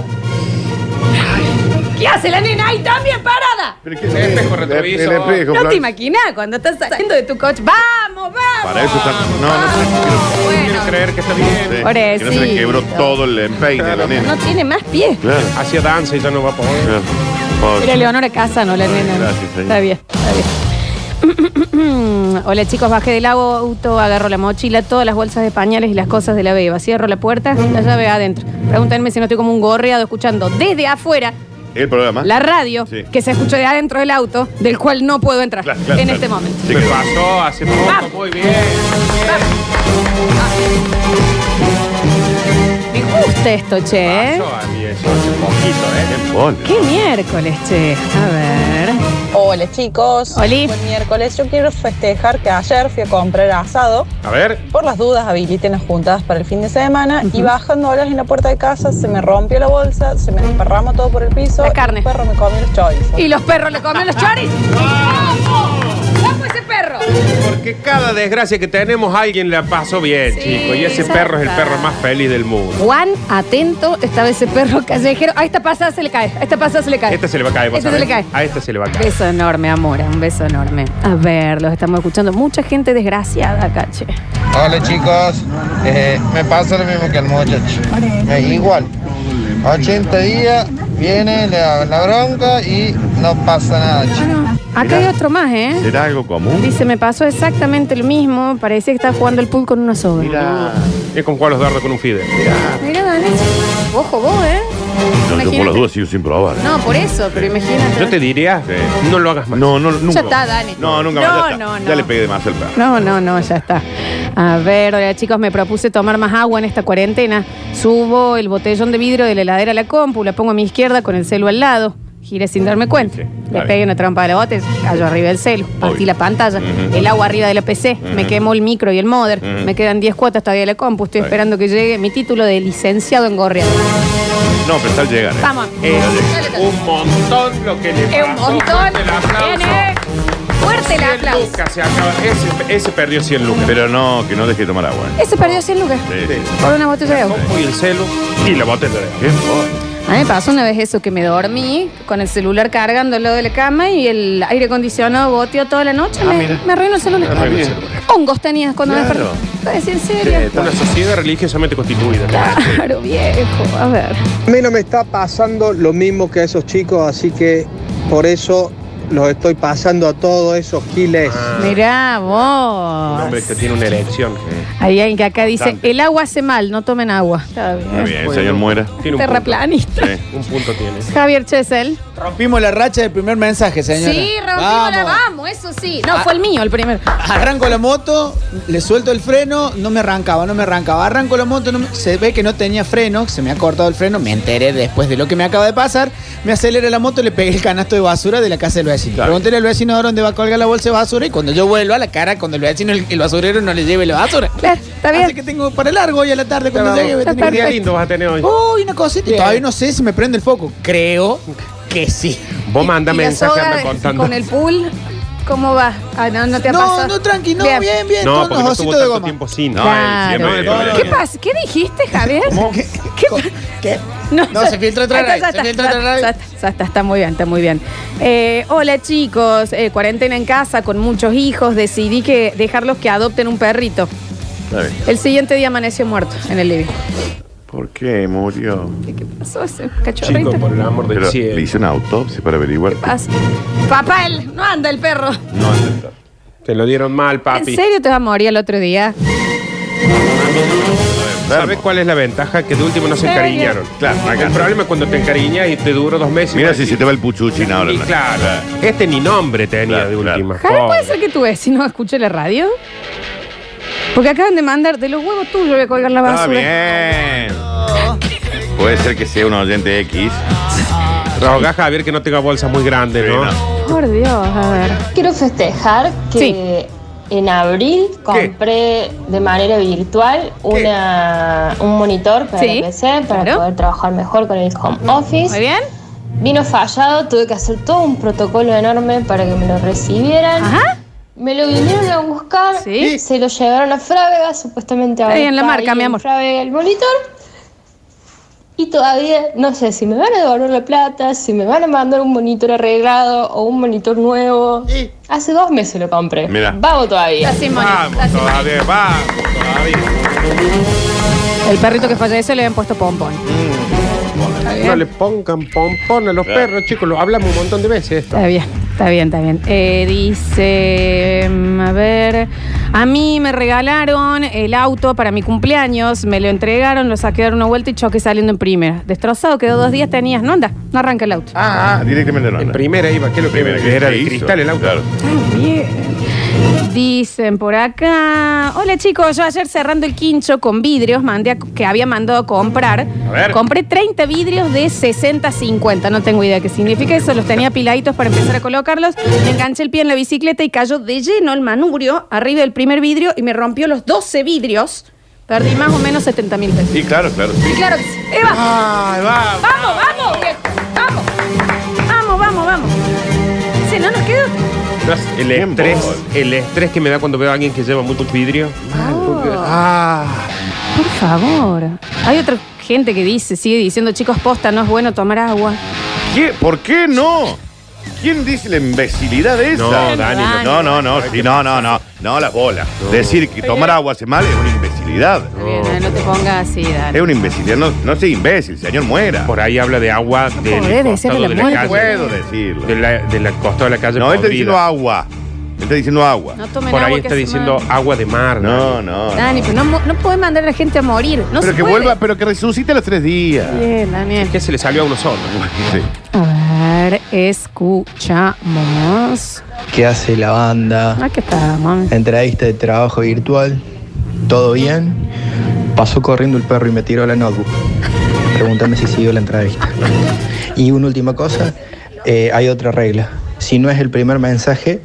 [SPEAKER 1] ¿Qué hace la nena ahí también parada?
[SPEAKER 2] Pero que-
[SPEAKER 3] El espejo
[SPEAKER 2] El
[SPEAKER 3] retrovisor.
[SPEAKER 2] espejo,
[SPEAKER 1] No
[SPEAKER 2] Flor.
[SPEAKER 1] te imaginas cuando estás saliendo de tu coche. ¡Vamos, vamos!
[SPEAKER 2] Para eso está. No, no sé.
[SPEAKER 1] Vamos,
[SPEAKER 3] Quiero
[SPEAKER 1] bueno.
[SPEAKER 3] creer que está bien.
[SPEAKER 2] Sí, que
[SPEAKER 1] Pobrecito.
[SPEAKER 2] no se le quebró todo el empeine a la nena.
[SPEAKER 1] No tiene más pies.
[SPEAKER 2] Claro,
[SPEAKER 3] Hacía danza y ya no va a poder.
[SPEAKER 2] claro. Pobre.
[SPEAKER 1] Era Leonora Casano, la nena.
[SPEAKER 2] Gracias, ahí.
[SPEAKER 1] está bien, está bien. [CLEARS THROAT] Hola chicos, bajé del auto, agarro la mochila, todas las bolsas de pañales y las cosas de la beba. Cierro la puerta, la llave adentro. Pregúntenme si no estoy como un gorreado escuchando desde afuera
[SPEAKER 2] El programa.
[SPEAKER 1] la radio
[SPEAKER 2] Sí.
[SPEAKER 1] que se escucha de adentro del auto, del cual no puedo entrar
[SPEAKER 2] Claro, claro,
[SPEAKER 1] en
[SPEAKER 2] claro.
[SPEAKER 1] este momento.
[SPEAKER 2] Sí,
[SPEAKER 3] Me
[SPEAKER 2] que-
[SPEAKER 3] pasó hace poco,
[SPEAKER 1] Ah.
[SPEAKER 3] muy bien.
[SPEAKER 1] Me gusta esto, che.
[SPEAKER 2] Ah,
[SPEAKER 1] ¿eh?
[SPEAKER 3] Pasó a mí eso hace poquito, ¿eh?
[SPEAKER 2] Ole.
[SPEAKER 1] Qué miércoles, che. A ver.
[SPEAKER 8] Hola chicos,
[SPEAKER 1] Oli.
[SPEAKER 8] buen miércoles. Yo quiero festejar que ayer fui a comprar asado.
[SPEAKER 3] A ver.
[SPEAKER 8] Por las dudas habiliten las juntadas para el fin de semana y bajando horas en la puerta de casa se me rompió la bolsa, se me desparramó todo por el piso.
[SPEAKER 1] La
[SPEAKER 8] y
[SPEAKER 1] carne.
[SPEAKER 8] el perro me comió los chorizos.
[SPEAKER 1] Y los perros le comen los choris. ¡Vamos! ¡Vamos ese perro!
[SPEAKER 3] Porque cada desgracia que tenemos, alguien la pasó bien,
[SPEAKER 1] Sí,
[SPEAKER 3] chico. Y ese
[SPEAKER 1] ya
[SPEAKER 3] perro es el
[SPEAKER 1] está.
[SPEAKER 3] perro más feliz del mundo.
[SPEAKER 1] Juan, atento, estaba ese perro callejero. A esta pasada se le cae, a esta pasada se le cae.
[SPEAKER 3] Esta se le va a caer, vos
[SPEAKER 1] Esta Este se le
[SPEAKER 3] sabés.
[SPEAKER 1] cae.
[SPEAKER 3] A esta se le va a caer.
[SPEAKER 1] Beso enorme, amor, un beso enorme. A ver, los estamos escuchando. Mucha gente desgraciada acá, che.
[SPEAKER 9] Hola chicos, Eh, me pasa lo mismo que al muchacho. Eh, igual, 80 días, viene la, la bronca y no pasa nada, chicos.
[SPEAKER 1] Bueno, acá hay otro más, ¿eh?
[SPEAKER 2] ¿Será algo común?
[SPEAKER 1] Dice, me pasó exactamente lo mismo. Parecía que estaba jugando el pool con una soga.
[SPEAKER 2] Mira.
[SPEAKER 3] Es con jugar los dardos con un fidel.
[SPEAKER 1] Mira, Dani. Ojo vos, ¿eh?
[SPEAKER 2] No, yo por las
[SPEAKER 1] Imagínate.
[SPEAKER 2] dudas sigo sin probar.
[SPEAKER 1] No, por eso, pero imagínate.
[SPEAKER 3] Yo te diría,
[SPEAKER 2] Sí.
[SPEAKER 3] no lo hagas más.
[SPEAKER 2] No, no, nunca.
[SPEAKER 1] Ya está, Dani.
[SPEAKER 2] No, nunca
[SPEAKER 1] No,
[SPEAKER 2] más. Ya, está.
[SPEAKER 1] no, no.
[SPEAKER 2] ya le pegué de más al perro.
[SPEAKER 1] No, no, no, ya está. A ver, hola chicos, me propuse tomar más agua en esta cuarentena. Subo el botellón de vidrio de la heladera a la compu, la pongo a mi izquierda con el celu al lado. Giré sin darme cuenta.
[SPEAKER 2] Sí, sí, está
[SPEAKER 1] Le
[SPEAKER 2] bien.
[SPEAKER 1] pegué una trampa de la botella, cayó arriba del celu, partí
[SPEAKER 2] Obvio.
[SPEAKER 1] la pantalla,
[SPEAKER 2] Ujú.
[SPEAKER 1] el agua arriba de la PC, me quemó el micro y el modder,
[SPEAKER 2] Ujú.
[SPEAKER 1] me quedan 10 cuotas todavía de la compu, estoy
[SPEAKER 2] Está bien.
[SPEAKER 1] esperando que llegue mi título de licenciado en gorreado.
[SPEAKER 2] No, pero está al llegar. ¿eh?
[SPEAKER 1] Vamos.
[SPEAKER 3] Es
[SPEAKER 1] Dale, dale.
[SPEAKER 3] un montón lo que le
[SPEAKER 1] Es un
[SPEAKER 3] pasó.
[SPEAKER 1] montón.
[SPEAKER 3] Fuerte el aplauso.
[SPEAKER 1] Viene. Fuerte el
[SPEAKER 3] 100
[SPEAKER 1] aplauso.
[SPEAKER 3] lucas se acaba. Ese, ese perdió 100 lucas.
[SPEAKER 2] Pero no, que no deje de tomar agua. ¿eh?
[SPEAKER 1] Ese perdió 100 lucas
[SPEAKER 2] Sí, sí.
[SPEAKER 1] por una botella de agua.
[SPEAKER 3] Ojo y el celo y la botella de agua.
[SPEAKER 2] Qué fuerte.
[SPEAKER 1] A mí me pasó una vez eso, que me dormí con el celular cargando al lado de la cama y el aire acondicionado goteó toda la
[SPEAKER 3] Ah,
[SPEAKER 1] noche. me, me arruinó el celular.
[SPEAKER 3] Me arruinó el
[SPEAKER 1] Hongos tenías cuando me
[SPEAKER 2] Claro.
[SPEAKER 1] desperté. Te decía, en serio.
[SPEAKER 3] Una sociedad religiosamente constituida.
[SPEAKER 1] Claro, viejo. A ver.
[SPEAKER 10] A mí no me está pasando lo mismo que a esos chicos, así que por eso los estoy pasando a todos esos giles.
[SPEAKER 1] Mirá
[SPEAKER 3] Un hombre
[SPEAKER 1] vos.
[SPEAKER 3] que tiene una elección.
[SPEAKER 1] Hay alguien que acá dice,
[SPEAKER 2] Bastante.
[SPEAKER 1] el agua hace mal, no tomen agua. Está
[SPEAKER 2] Muy
[SPEAKER 1] bien.
[SPEAKER 2] bien, el señor muera.
[SPEAKER 3] Tiene un punto.
[SPEAKER 1] Terraplanista.
[SPEAKER 2] Sí.
[SPEAKER 3] Un punto tiene.
[SPEAKER 1] Javier Chesel.
[SPEAKER 10] Rompimos la racha del primer mensaje, señora.
[SPEAKER 1] Sí, rompimos la vamos, eso sí. No, fue el mío el primero.
[SPEAKER 10] Arranco la moto, le suelto el freno, no me arrancaba, no me arrancaba. Arranco la moto, no me- se ve que no tenía freno, se me ha cortado el freno, me enteré después de lo que me acaba de pasar. Me acelera la moto, le pegué el canasto de basura de la casa del vecino.
[SPEAKER 2] Claro.
[SPEAKER 10] Preguntéle al vecino ahora dónde va a colgar la bolsa de basura y cuando yo vuelvo a la cara, cuando el vecino, el, el basurero no le lleve la basura.
[SPEAKER 1] Claro, está
[SPEAKER 10] Así
[SPEAKER 1] bien.
[SPEAKER 10] que tengo para largo hoy a la tarde cuando llegue. voy a
[SPEAKER 1] Está
[SPEAKER 10] tener
[SPEAKER 3] Un día
[SPEAKER 1] perfecto. Uh,
[SPEAKER 3] lindo vas a tener hoy.
[SPEAKER 10] que- Uy, una cosita. y Todavía no sé si me prende el foco. Creo que sí.
[SPEAKER 3] Vos manda
[SPEAKER 1] Y la
[SPEAKER 3] mensaje
[SPEAKER 1] soga
[SPEAKER 3] anda contando.
[SPEAKER 1] Con el pool, ¿cómo va? Ah, no, no te ha
[SPEAKER 10] No,
[SPEAKER 1] pasado.
[SPEAKER 10] no, tranqui, no, bien, bien.
[SPEAKER 3] No,
[SPEAKER 10] todos
[SPEAKER 3] porque no
[SPEAKER 10] los
[SPEAKER 3] estuvo
[SPEAKER 10] ositos de
[SPEAKER 3] tanto
[SPEAKER 10] goma.
[SPEAKER 3] tiempo sin.
[SPEAKER 2] No,
[SPEAKER 1] Claro.
[SPEAKER 2] él siempre-
[SPEAKER 3] No, no, no.
[SPEAKER 1] ¿Qué pasa? ¿Qué dijiste, Javier?
[SPEAKER 10] ¿Qué? ¿Qué?
[SPEAKER 1] No,
[SPEAKER 10] No, se filtró otra
[SPEAKER 1] Acá
[SPEAKER 10] vez,
[SPEAKER 1] ya
[SPEAKER 10] se
[SPEAKER 1] está,
[SPEAKER 10] filtró
[SPEAKER 1] ya
[SPEAKER 10] otra vez.
[SPEAKER 1] está, ya está, está muy bien, está muy bien. Eh, hola chicos, Eh, cuarentena en casa con muchos hijos, decidí que dejarlos que adopten un perrito.
[SPEAKER 2] Está bien.
[SPEAKER 1] El siguiente día amaneció muerto en el living.
[SPEAKER 2] ¿Por qué murió?
[SPEAKER 1] ¿Qué, qué pasó ese
[SPEAKER 3] Chico,
[SPEAKER 1] cachorrito?
[SPEAKER 3] por el amor del
[SPEAKER 2] Pero, ¿Le
[SPEAKER 3] cielo.
[SPEAKER 2] hice una autopsia para averiguar?
[SPEAKER 1] Pas- Papá, él, no anda el perro.
[SPEAKER 2] No, aceptar.
[SPEAKER 3] Te lo dieron mal, papi.
[SPEAKER 1] ¿En serio te vas a morir el otro día?
[SPEAKER 2] enfermo.
[SPEAKER 3] ¿Sabes cuál es la ventaja? Que de último no se
[SPEAKER 1] Sí.
[SPEAKER 3] encariñaron.
[SPEAKER 2] Claro, no hay
[SPEAKER 3] el
[SPEAKER 2] cáncer.
[SPEAKER 3] problema es cuando te encariñas y te dura dos meses.
[SPEAKER 2] Mira
[SPEAKER 3] y-
[SPEAKER 2] si se te va el puchuchín ahora.
[SPEAKER 3] Y
[SPEAKER 2] ¿no?
[SPEAKER 3] claro, este ni nombre tenía de última.
[SPEAKER 1] Javier, ¿puede
[SPEAKER 3] Pobre.
[SPEAKER 1] ser que tu vecino escuche la radio? Porque acaban de mandar de los huevos tuyos voy a colgar la
[SPEAKER 2] Está
[SPEAKER 1] basura.
[SPEAKER 2] Ah, bien. Puede ser que sea un oyente X.
[SPEAKER 3] Roga Javier que no tenga bolsas muy grandes, ¿no?
[SPEAKER 1] Por Dios, a ver.
[SPEAKER 11] Quiero festejar que en abril compré de manera virtual una, un monitor para
[SPEAKER 1] Sí,
[SPEAKER 11] el PC para
[SPEAKER 1] claro.
[SPEAKER 11] poder trabajar mejor con el home office.
[SPEAKER 1] Muy bien.
[SPEAKER 11] Vino fallado, tuve que hacer todo un protocolo enorme para que me lo recibieran. Me lo vinieron a buscar, se lo llevaron a Frávega, supuestamente ahora
[SPEAKER 1] bien, la
[SPEAKER 11] está
[SPEAKER 1] marca,
[SPEAKER 11] ahí
[SPEAKER 1] mi
[SPEAKER 11] en
[SPEAKER 1] amor.
[SPEAKER 11] Frávega el monitor. Y todavía no sé si me van a devolver la plata, si me van a mandar un monitor arreglado o un monitor nuevo. Hace dos meses lo compré.
[SPEAKER 2] Mira.
[SPEAKER 11] Vamos todavía.
[SPEAKER 2] Vamos todavía, vamos todavía.
[SPEAKER 1] Ah. El perrito que falleció le habían puesto pompón.
[SPEAKER 3] No le pongan pompón a los perros, chicos. Lo hablamos un montón de veces esto.
[SPEAKER 1] Está bien, está bien, está bien. Eh, dice, mm, a ver, a mí me regalaron el auto para mi cumpleaños, me lo entregaron, lo saqué a dar una vuelta y choqué saliendo en primera. Destrozado, quedó dos días, tenías, no anda, no arranca el auto.
[SPEAKER 2] Ah, directamente no. En
[SPEAKER 3] primera iba, ¿qué es lo primero que era? de cristal el auto.
[SPEAKER 1] Bien. Dicen por acá, hola chicos, yo ayer cerrando el quincho con vidrios mandé a- que había mandado a comprar.
[SPEAKER 3] A ver.
[SPEAKER 1] Compré 30 vidrios de 60 50, no tengo idea qué significa eso, los tenía piladitos para empezar a colocarlos. Me enganché el pie en la bicicleta y cayó de lleno el manubrio arriba del primer vidrio y me rompió los 12 vidrios. Perdí más o menos 70 mil pesos.
[SPEAKER 2] Y claro, claro.
[SPEAKER 1] Y claro que sí. Eva.
[SPEAKER 3] vamos.
[SPEAKER 1] Ah, Vamos, vamos, viejo. Vamos. Vamos, vamos, vamos. Si no nos queda.
[SPEAKER 3] No, El estrés, el estrés que me da cuando veo a alguien que lleva mucho vidrio. Ah.
[SPEAKER 1] Por favor. Hay otra gente que dice, sigue diciendo, chicos, posta, no es bueno tomar agua.
[SPEAKER 2] ¿Qué? ¿Por qué no? ¿Quién dice la imbecilidad de esa?
[SPEAKER 3] No, Bueno, Dani, no. Dani.
[SPEAKER 2] no, no, no, sí, no, no, no, no, las bolas. Decir que tomar agua hace mal es una imbecilidad.
[SPEAKER 1] No te
[SPEAKER 3] Oh.
[SPEAKER 1] pongas así, Dani.
[SPEAKER 3] Eh,
[SPEAKER 2] Es una imbecilidad, no, no sea imbécil, señor, muera.
[SPEAKER 3] Por ahí habla de agua del
[SPEAKER 1] podés
[SPEAKER 3] costado
[SPEAKER 1] decirle la
[SPEAKER 3] de la
[SPEAKER 1] muerte.
[SPEAKER 3] calle.
[SPEAKER 2] Puedo decirlo.
[SPEAKER 3] De la, de la costado de la calle.
[SPEAKER 2] No, él está
[SPEAKER 3] podrida.
[SPEAKER 2] diciendo agua. Él está diciendo agua.
[SPEAKER 1] No tomen
[SPEAKER 3] Por
[SPEAKER 1] agua
[SPEAKER 3] ahí
[SPEAKER 1] que
[SPEAKER 3] está
[SPEAKER 1] hace
[SPEAKER 3] diciendo
[SPEAKER 1] mal.
[SPEAKER 3] agua de mar.
[SPEAKER 2] No, no. no.
[SPEAKER 1] Dani, pero no, mo- no podés mandar a la gente a morir. No
[SPEAKER 2] pero
[SPEAKER 1] se
[SPEAKER 2] que
[SPEAKER 1] puede.
[SPEAKER 2] vuelva, pero que resucite a los tres días.
[SPEAKER 1] Bien, Daniel.
[SPEAKER 3] Que se le salió a uno solo.
[SPEAKER 1] A ver, escuchamos.
[SPEAKER 12] ¿Qué hace la banda?
[SPEAKER 1] Aquí está, mami.
[SPEAKER 12] Entrevista de trabajo virtual. ¿Todo bien? Pasó corriendo el perro y me tiró la notebook. Pregúntame si siguió la entrevista. Y una última cosa, eh, hay otra regla. Si no es el primer mensaje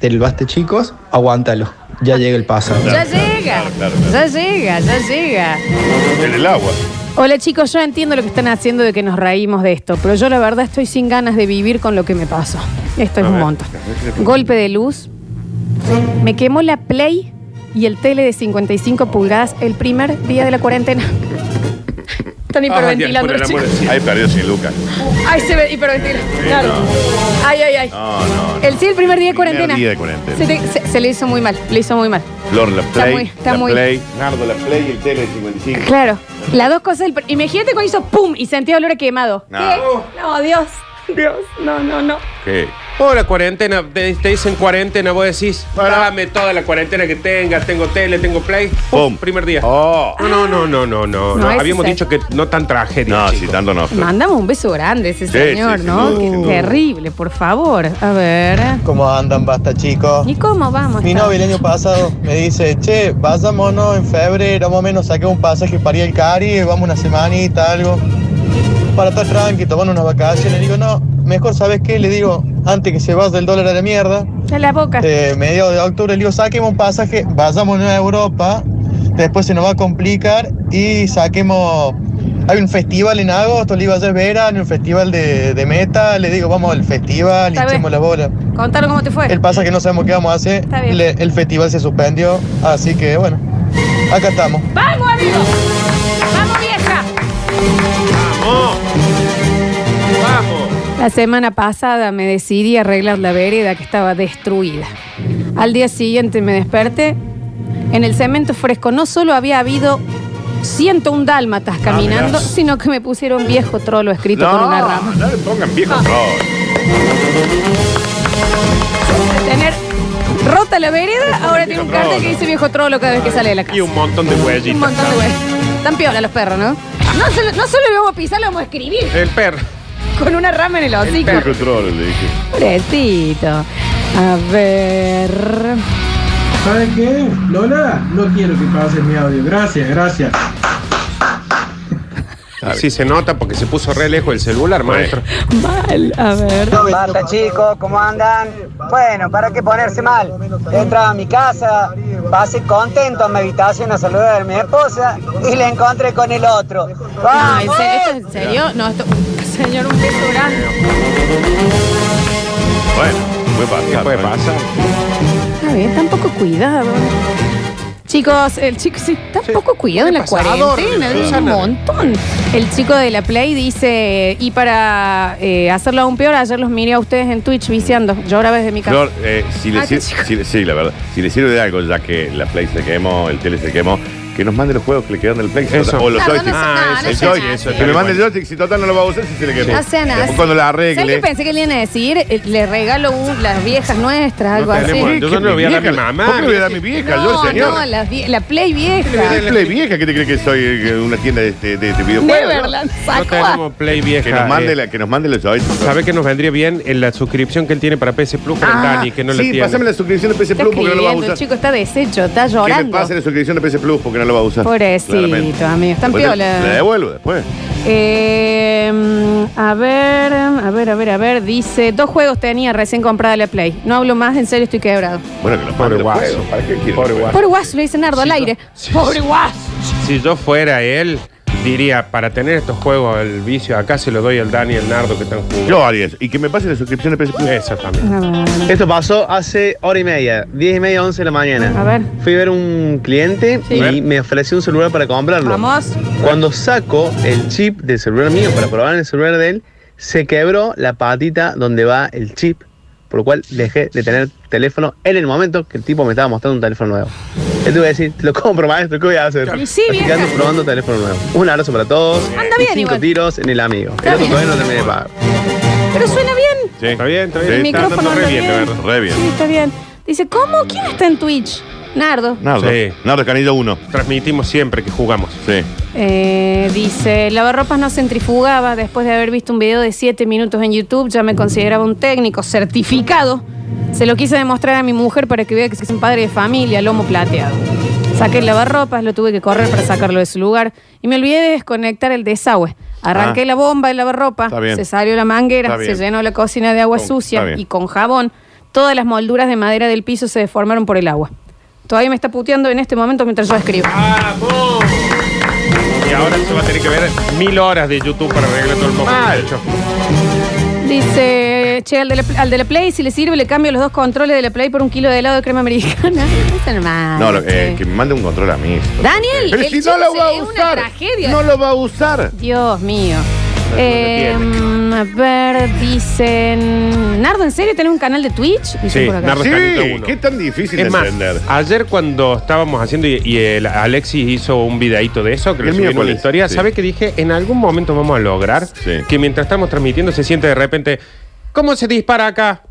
[SPEAKER 12] del Baste Chicos, aguántalo. Ya llega el pasado.
[SPEAKER 1] Ya llega. Ya llega, ya llega.
[SPEAKER 2] En el agua.
[SPEAKER 1] Hola chicos, yo entiendo lo que están haciendo de que nos reímos de esto, pero yo la verdad estoy sin ganas de vivir con lo que me pasó. Esto es un montón. Golpe de luz. Me quemó la Play y el tele de 55 pulgadas el primer día de la cuarentena. Están
[SPEAKER 2] Ah,
[SPEAKER 1] hiperventilando los chicos.
[SPEAKER 2] Ahí perdió sin Lucas.
[SPEAKER 1] Ay, se ve hiperventila. Claro. Ay, ay, ay.
[SPEAKER 2] No, no.
[SPEAKER 1] El sí, el primer día de
[SPEAKER 2] Primer
[SPEAKER 1] cuarentena.
[SPEAKER 2] día de cuarentena.
[SPEAKER 1] Se, te- se- se le hizo muy mal, le hizo muy mal.
[SPEAKER 2] Flor, la
[SPEAKER 1] Está
[SPEAKER 2] play.
[SPEAKER 1] muy- está
[SPEAKER 2] la
[SPEAKER 1] muy-
[SPEAKER 2] play. Nardo, la play y el tele 55.
[SPEAKER 1] Claro. Las dos cosas. del pr- Imagínate cuando hizo pum y sentía olor a quemado.
[SPEAKER 2] No.
[SPEAKER 1] ¿Qué? No, Dios. Dios. No, no, no.
[SPEAKER 2] ¿Qué?
[SPEAKER 3] Oh, la cuarentena, te, te dicen cuarentena, vos decís, dame toda la cuarentena que tenga, tengo tele, tengo play. Pum. Primer día.
[SPEAKER 2] Oh.
[SPEAKER 3] No, no, no, no, no, no.
[SPEAKER 1] No, ese
[SPEAKER 3] Habíamos
[SPEAKER 1] es-
[SPEAKER 3] dicho que no tan tragedia. No,
[SPEAKER 2] sí, tanto no.
[SPEAKER 1] Mandamos un beso grande a ese
[SPEAKER 3] Sí,
[SPEAKER 1] señor,
[SPEAKER 3] sí,
[SPEAKER 1] ¿no?
[SPEAKER 3] sin duda,
[SPEAKER 1] Qué
[SPEAKER 3] sin duda.
[SPEAKER 1] terrible, por favor. A ver.
[SPEAKER 12] ¿Cómo andan, basta chicos?
[SPEAKER 1] ¿Y cómo vamos?
[SPEAKER 12] Mi
[SPEAKER 1] está?
[SPEAKER 12] novia el año pasado me dice, che, vámonos en febrero, más o menos saqué un pasaje para ir al Cari, vamos una semanita, algo, para estar tranqui, tomar unas vacaciones. Le digo, no, mejor sabes qué, le digo, antes que se vaya el dólar a la mierda,
[SPEAKER 1] En la boca.
[SPEAKER 12] eh, mediados de octubre, le digo, saquemos un pasaje, vayamos a Europa, después se nos va a complicar y saquemos... Hay un festival en agosto, le iba a verano, un festival de, de meta, le digo, vamos al festival, y
[SPEAKER 1] Está bien.
[SPEAKER 12] echemos la bola.
[SPEAKER 1] Contalo cómo te fue.
[SPEAKER 12] El pasa que no sabemos qué vamos a hacer.
[SPEAKER 1] Está bien.
[SPEAKER 12] Le- el festival se suspendió, así que bueno, acá estamos.
[SPEAKER 1] ¡Vamos, amigo! ¡Vamos, vieja!
[SPEAKER 3] ¡Vamos! ¡Vamos!
[SPEAKER 1] La semana pasada me decidí a arreglar la vereda que estaba destruida. Al día siguiente me desperté. En el cemento fresco no solo había habido 101 dálmatas
[SPEAKER 3] Ah,
[SPEAKER 1] caminando,
[SPEAKER 2] mirá.
[SPEAKER 1] sino que me pusieron viejo trolo escrito con una rama. Ah.
[SPEAKER 2] No, no le pongan viejo. No.
[SPEAKER 1] Tener Rota la vereda, ahora tiene un cartel que dice viejo trolo cada vez que sale de la casa.
[SPEAKER 3] Ah, Y un montón de huellitas.
[SPEAKER 1] Un montón de güeyes. Están piola los perros, ¿no? No solo, no solo lo vamos a pisar, lo vamos a escribir
[SPEAKER 3] El perro.
[SPEAKER 1] con una rama en el hocico.
[SPEAKER 2] Viejo troll, le dije.
[SPEAKER 1] Pobrecito. A ver.
[SPEAKER 13] ¿Sabes qué? Lola, no quiero que pases mi audio. Gracias, gracias.
[SPEAKER 3] Sí, se nota porque se puso re lejos el celular, maestro.
[SPEAKER 1] Mal, a ver.
[SPEAKER 14] Basta chicos, ¿cómo andan? Bueno, ¿para qué ponerse mal? Entraba a mi casa, pasé contento a mi habitación a saludar a mi esposa y la encontré con el otro.
[SPEAKER 1] No, ¿en
[SPEAKER 14] ¡Vamos!
[SPEAKER 1] serio? ¿Esto en serio? No, esto. Señor, un beso grande.
[SPEAKER 2] Bueno, puede pasar. Puede pasar.
[SPEAKER 1] Está bien, tan poco cuidado. Chicos, el chico sí, tan poco cuidado en la
[SPEAKER 3] pasador,
[SPEAKER 1] cuarentena,
[SPEAKER 3] dice
[SPEAKER 1] es un
[SPEAKER 3] Susana.
[SPEAKER 1] montón. El chico de la Play dice, y para eh, hacerlo aún peor, ayer los miré a ustedes en Twitch viciando. Yo grabé desde mi casa.
[SPEAKER 2] Flor, eh, si le
[SPEAKER 1] Ah,
[SPEAKER 2] sirve,
[SPEAKER 1] qué chico.
[SPEAKER 2] sí, la verdad. Si le sirve de algo, ya que la Play se quemó, el tele se quemó, que nos mande los juegos que le quedan del Play.
[SPEAKER 3] Eso.
[SPEAKER 2] O los
[SPEAKER 1] No, no
[SPEAKER 2] joysticks.
[SPEAKER 1] sea- no, no
[SPEAKER 2] el
[SPEAKER 1] sea
[SPEAKER 2] joystick.
[SPEAKER 1] así.
[SPEAKER 2] Que me mande el joystick, si total no lo va a usar, si se le quemó.
[SPEAKER 1] No sea nada.
[SPEAKER 2] Después cuando la arregle.
[SPEAKER 1] ¿Sabes qué pensé que le iban a decir? Eh, Le regalo un- las viejas nuestras, algo así.
[SPEAKER 2] tenemos-
[SPEAKER 3] Yo solo le voy a dar a mi mamá.
[SPEAKER 2] ¿Por qué le voy a dar a mi vieja? yo,
[SPEAKER 1] No,
[SPEAKER 2] el señor.
[SPEAKER 1] no, las vie- la Play vieja.
[SPEAKER 2] ¿Qué Play vieja? ¿Qué te crees que soy eh, una tienda de, de, de, de videojuegos?
[SPEAKER 1] Neverland, sacó a-
[SPEAKER 3] tenemos Play vieja. eh.
[SPEAKER 2] Que nos mande la- que nos mande los joysticks.
[SPEAKER 3] ¿Sabe Ah, que nos vendría bien en la suscripción que él tiene para PS Plus con el
[SPEAKER 1] Ah.
[SPEAKER 3] Dani, que no la
[SPEAKER 2] Sí,
[SPEAKER 3] tiene?
[SPEAKER 2] pasame la suscripción de PC
[SPEAKER 1] Está
[SPEAKER 2] Plus porque no lo va a
[SPEAKER 1] escribiendo, el
[SPEAKER 2] usar.
[SPEAKER 1] chico está deshecho, está
[SPEAKER 2] Que me
[SPEAKER 1] llorando.
[SPEAKER 2] pase la suscripción de PC Plus porque no lo va a usar.
[SPEAKER 1] Pobrecito,
[SPEAKER 2] claramente.
[SPEAKER 1] amigo, están
[SPEAKER 2] Después
[SPEAKER 1] piola.
[SPEAKER 2] La la devuelvo después.
[SPEAKER 1] Eh, a ver, a ver, a ver, a ver. Dice, dos juegos tenía recién comprada la Play. No hablo más, en serio estoy quebrado.
[SPEAKER 2] Bueno, que los mande los
[SPEAKER 3] guaso.
[SPEAKER 2] juegos. ¿Para qué quiere?
[SPEAKER 3] Pobre
[SPEAKER 2] los
[SPEAKER 3] guaso.
[SPEAKER 1] Pobre guaso, lo dice Nardo al aire. Pobre guaso.
[SPEAKER 3] Si yo fuera él, diría, para tener estos juegos el vicio, acá se lo doy al Dani y al Nardo que están jugando.
[SPEAKER 2] Yo haría eso. Y que me pase la suscripción de PS Plus.
[SPEAKER 3] Exactamente.
[SPEAKER 15] Esto pasó hace hora y media, 10 y media, 11 de la mañana.
[SPEAKER 1] A ver.
[SPEAKER 15] Fui a ver un cliente
[SPEAKER 1] Sí.
[SPEAKER 15] y me ofreció un celular para comprarlo.
[SPEAKER 1] Vamos.
[SPEAKER 15] Cuando saco el chip del celular mío para probar en el celular de él, se quebró la patita donde va el chip, por lo cual dejé de tener teléfono en el momento que el tipo me estaba mostrando un teléfono nuevo. Le tuve que decir, lo compro maestro, ¿qué voy a hacer?
[SPEAKER 1] Y sí,
[SPEAKER 15] Así que
[SPEAKER 1] vieja.
[SPEAKER 15] ando probando teléfono nuevo. Un abrazo para todos.
[SPEAKER 1] Anda
[SPEAKER 15] y
[SPEAKER 1] bien
[SPEAKER 15] cinco
[SPEAKER 1] igual.
[SPEAKER 15] tiros en el amigo. El
[SPEAKER 1] Está
[SPEAKER 15] otro
[SPEAKER 1] bien.
[SPEAKER 15] todavía no terminé de pagar.
[SPEAKER 1] Pero suena bien.
[SPEAKER 2] Sí. Está
[SPEAKER 3] bien, está
[SPEAKER 1] bien. El
[SPEAKER 2] está
[SPEAKER 1] micrófono
[SPEAKER 2] andando re
[SPEAKER 1] anda
[SPEAKER 2] bien,
[SPEAKER 1] bien.
[SPEAKER 2] la verdad, Re bien.
[SPEAKER 1] Sí, está bien. Dice, ¿cómo? ¿Quién está en Twitch? Nardo.
[SPEAKER 2] Nardo. Nardo Escanilla 1.
[SPEAKER 3] Transmitimos siempre que jugamos.
[SPEAKER 2] Sí.
[SPEAKER 1] Eh, dice, lavarropas no centrifugaba después de haber visto un video de 7 minutos en YouTube, ya me consideraba un técnico certificado. Se lo quise demostrar a mi mujer para que vea que es un padre de familia, lomo plateado. Saqué el lavarropas, lo tuve que correr para sacarlo de su lugar y me olvidé de desconectar el desagüe. Arranqué
[SPEAKER 2] Ah.
[SPEAKER 1] la bomba del lavarropa,
[SPEAKER 2] Está bien.
[SPEAKER 1] se salió la manguera,
[SPEAKER 2] Está
[SPEAKER 1] se
[SPEAKER 2] bien.
[SPEAKER 1] llenó la cocina de agua
[SPEAKER 2] Con- está
[SPEAKER 1] sucia
[SPEAKER 2] bien.
[SPEAKER 1] y con jabón. Todas las molduras de madera del piso se deformaron por el agua. Todavía me está puteando en este momento mientras yo escribo.
[SPEAKER 3] Y ahora se va a tener que ver mil horas de YouTube para arreglar todo el moco.
[SPEAKER 1] Dice, che, al de, la, al de la Play, si le sirve, le cambio los dos controles de la Play por un kilo de helado de crema americana. No está mal,
[SPEAKER 2] No, lo-
[SPEAKER 1] che.
[SPEAKER 2] eh, que me mande un control a mí.
[SPEAKER 1] Ah, este. Daniel,
[SPEAKER 2] Pero
[SPEAKER 1] el
[SPEAKER 2] si
[SPEAKER 1] chico
[SPEAKER 2] no lo
[SPEAKER 1] se-
[SPEAKER 2] va a
[SPEAKER 1] es una
[SPEAKER 2] usar.
[SPEAKER 1] tragedia.
[SPEAKER 2] No lo va a usar.
[SPEAKER 1] Dios mío.
[SPEAKER 2] no
[SPEAKER 1] Eh, a ver, dicen. Nardo, ¿en serio tenés un canal de Twitch? Dicen
[SPEAKER 3] Sí,
[SPEAKER 1] por acá.
[SPEAKER 3] Nardo Escanilla uno.
[SPEAKER 2] ¿Qué tan difícil de
[SPEAKER 3] Es más,
[SPEAKER 2] entender?
[SPEAKER 3] ayer cuando estábamos haciendo y, y el Alexis hizo un videito de eso, que lo
[SPEAKER 2] ¿El
[SPEAKER 3] subí
[SPEAKER 2] mío
[SPEAKER 3] en
[SPEAKER 2] cuál
[SPEAKER 3] una
[SPEAKER 2] es?
[SPEAKER 3] historia,
[SPEAKER 2] Sí.
[SPEAKER 3] ¿sabe que dije? En algún momento vamos a lograr que mientras estamos transmitiendo se siente de repente, ¿cómo se dispara acá?